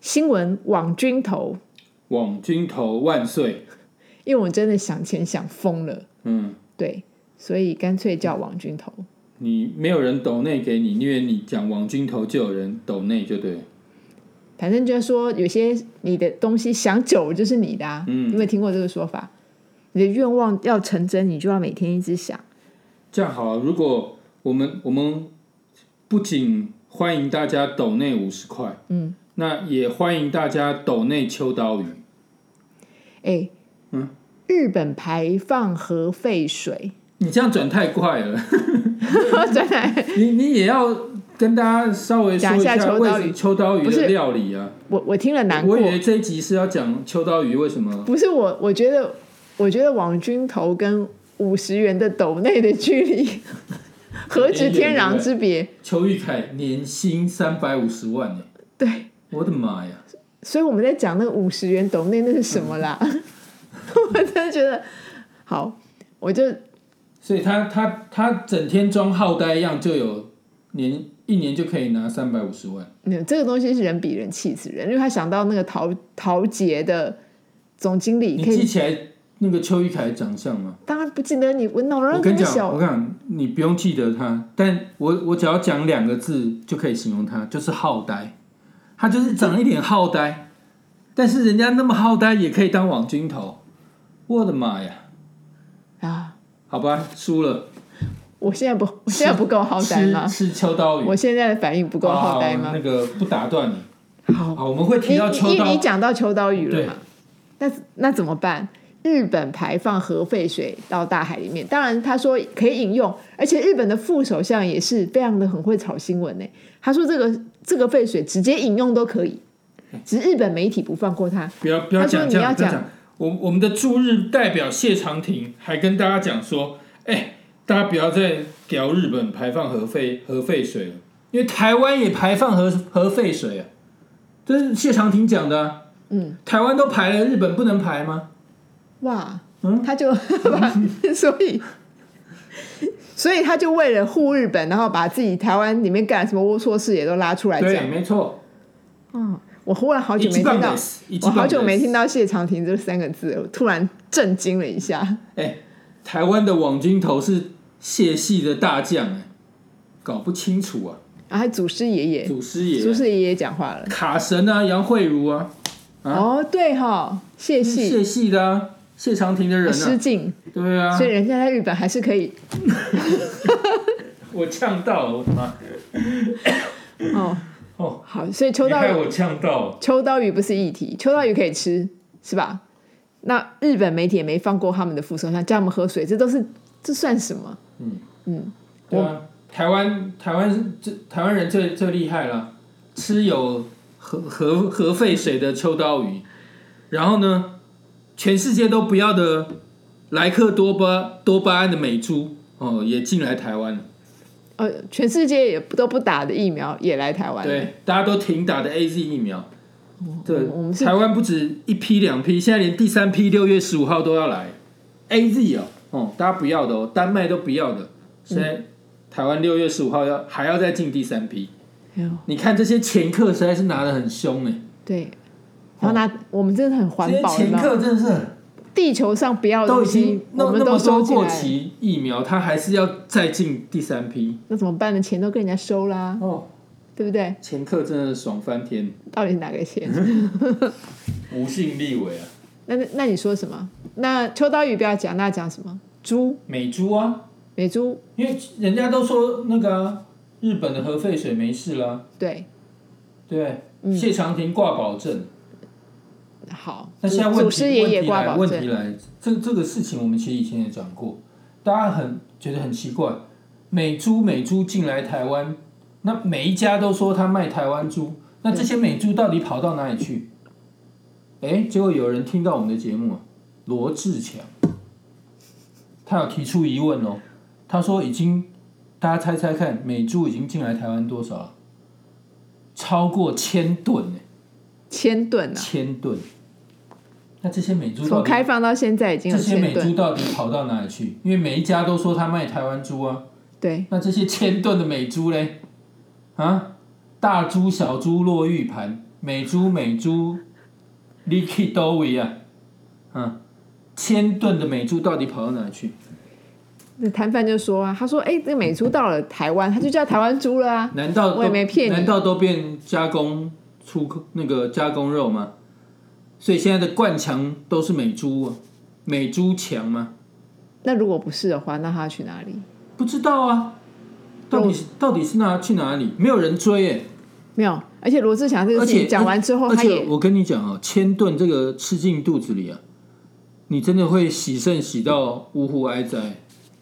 新闻网军头，网军头万岁！因为我真的想钱想疯了，嗯，对，所以干脆叫网军头。你没有人抖内给你，因为你讲网军头就有人抖内，就对了。反正就是说，有些你的东西想久了就是你的、啊，嗯你有没有听过这个说法？你的愿望要成真，你就要每天一直想。这样好了，如果我们我们不仅欢迎大家抖内五十块，嗯，那也欢迎大家抖内秋刀鱼。哎，嗯，日本排放核废水， 你这样转太快了， 真的，哎你你也要跟大家稍微说讲一下秋为刀鱼什么秋刀鱼不是的料理啊。我我听了难过我以。为这一集是要讲秋刀鱼为什么不是我，我觉得，我觉得网军头跟五十元的斗内的距离， 何止天壤之别？邱玉凯年薪三百五十万呢、对，我的妈呀！所以我们在讲那五十元斗内那是什么啦？嗯 我真的觉得，好，我就所以他他他整天装好呆样，就有年一年就可以拿三百五十万。嗯，这个东西是人比人气死人，因为他想到那个陶陶杰的总经理你可以记，起来那个邱玉凯的长相吗？当然不记得你，我脑我容跟那么你讲，小我，跟你讲，你不用记得他，但我我只要讲两个字就可以形容他，就是好呆。他就是长一脸好呆，但是人家那么好呆也可以当网军头，我的妈呀！啊，好吧，输了。我现在不，我现在不够好呆吗？吃吃秋刀鱼，啊我现在的反应不够好呆吗那？个不打断你。好，好，我们会提到你秋因为刀你讲到秋刀鱼了嘛，那那怎么办？日本排放核废水到大海里面，当然他说可以饮用，而且日本的副首相也是非常的很会炒新闻呢。他说这个这个废水直接饮用都可以，只是日本媒体不放过他。不要不要他说讲你这样，要不要讲讲。我我们的驻日代表谢长廷还跟大家讲说，哎、大家不要再聊日本排放核废核废水了，因为台湾也排放核核废水啊，这是谢长廷讲的、啊。嗯，台湾都排了，日本不能排吗？哇，嗯他就 所以所以他就为了护日本，然后把自己台湾里面干什么龌龊事也都拉出来讲。没错。嗯，我忽然好久没一级棒听到的，一我级棒的好久没听到谢长廷这三个字了，我突然震惊了一下。哎、台湾的网军头是谢系的大将、哎，搞不清楚啊，然后还祖师爷爷，祖师爷、哎啊祖师爷爷讲话了。卡神啊，杨慧茹啊，啊哦，对哈，谢系谢系的、啊，谢长廷的人失啊，敬，对啊所，以人家在日本还是可 以我呛到了，我的妈！哦哦，好，所以秋刀你害鱼我呛到了，秋刀鱼不是议题，秋刀鱼可以吃是吧？那日本媒体也没放过他们的副首相，叫他们喝水，这都是这算什么？对啊，台湾台湾这台湾人最最厉害了，吃有核核核废水的秋刀鱼，然后呢，全世界都不要的莱克多巴多巴胺的美猪哦，也进来台湾了，呃，全世界也都不打的疫苗也来台湾了，对，大家都停打的 A Z 疫苗。对嗯我们，是台湾不止一批两批，现在连第三批六月十五号都要来，A Z 哦，哦，大家不要的哦，丹麦都不要嗯的，现在台湾六月十五号要还要再进第三批。哎呦你看这些前客实在是拿的很凶哎、对，然后拿、我们真的很环这些保，哦前你知道吗客真的是地球上不要的都东已经西，我弄们那么收多进过来，期疫苗，他还是要再进第三批那怎么办呢？钱都跟人家收啦，哦。对不对？前客真的爽翻天，到底是哪个 钱？无性立委啊，那那那你说什么？那秋刀鱼不要讲，那讲什么？猪美猪啊。美猪因为人家都说那个啊、日本的核废水没事啦，对，对不对，谢长廷挂保证。好，那现在问祖师题爷问爷题挂来，保问题证，来，这这个事情我们其实以前也讲过，大家很觉得很奇怪，美猪美猪进来台湾，那每一家都说他卖台湾猪，那这些美猪到底跑到哪里去？哎，结果有人听到我们的节目啊，罗志强，他有提出疑问哦，他说已经，大家猜猜看，美猪已经进来台湾多少了？超过千吨欸呢、千吨啊，千吨。那这些美猪到从底，开放到现在已经这有些千美吨，猪到底跑到哪里去？因为每一家都说他卖台湾猪啊，对，那这些千吨的美猪嘞，啊，大猪小猪落玉盘，美猪美猪 l i k i d o i 啊，嗯，千吨的美猪到底跑到哪去？那摊贩就说啊，他说：“哎、这个美猪到了台湾，他就叫台湾猪了啊。难道都我也没骗你难道都变加工出口那个加工肉吗？所以现在的灌肠都是美猪啊，美猪强吗？那如果不是的话，那他要去哪里？不知道啊，到底是嗯到底是哪去哪里？没有人追耶、没有。而且罗志祥这个而事情且讲完之后，而他且也我跟你讲哦，千吨这个吃进肚子里啊，你真的会洗肾洗到呜呼哀哉，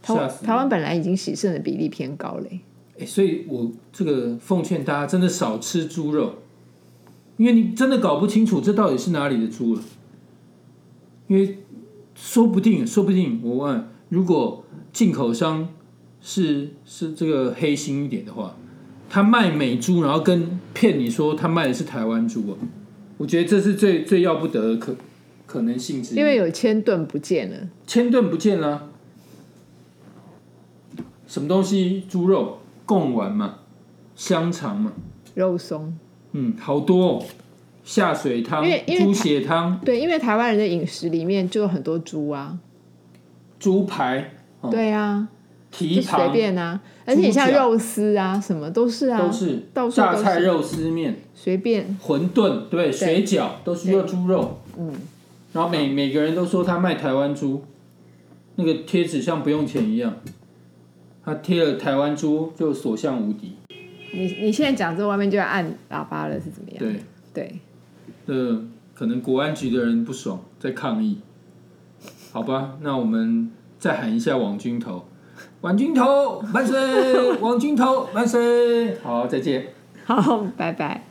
台吓湾死人！台湾本来已经洗肾的比例偏高嘞、欸所以我这个奉劝大家，真的少吃猪肉，因为你真的搞不清楚这到底是哪里的猪了。因为说不定，说不定我问，如果进口商是是这个黑心一点的话，他卖美猪，然后跟骗你说他卖的是台湾猪啊，我觉得这是最最要不得的可可能性之一。因为有千吨不见了，千吨不见了、什么东西？猪肉、贡丸嘛，香肠嘛，肉松。嗯，好多、哦，下水汤因为、因为猪血汤、对，因为台湾人的饮食里面就有很多猪啊，猪排、哦对啊，蹄就随膀，便啊，而且你像猪脚肉丝啊，什么都是啊都，是到处榨都菜是肉丝面、随便。馄饨，对，水饺都需要对猪肉。嗯，然后每每个人都说他卖台湾猪，那个贴纸像不用钱一样，他贴了台湾猪就所向无敌。你你现在讲这外面就要按喇叭了，是怎么样？对，对，呃，可能国安局的人不爽，在抗议。好吧，那我们再喊一下王军头， 王 军头万岁，王军头万岁。好，再见。 好，拜拜。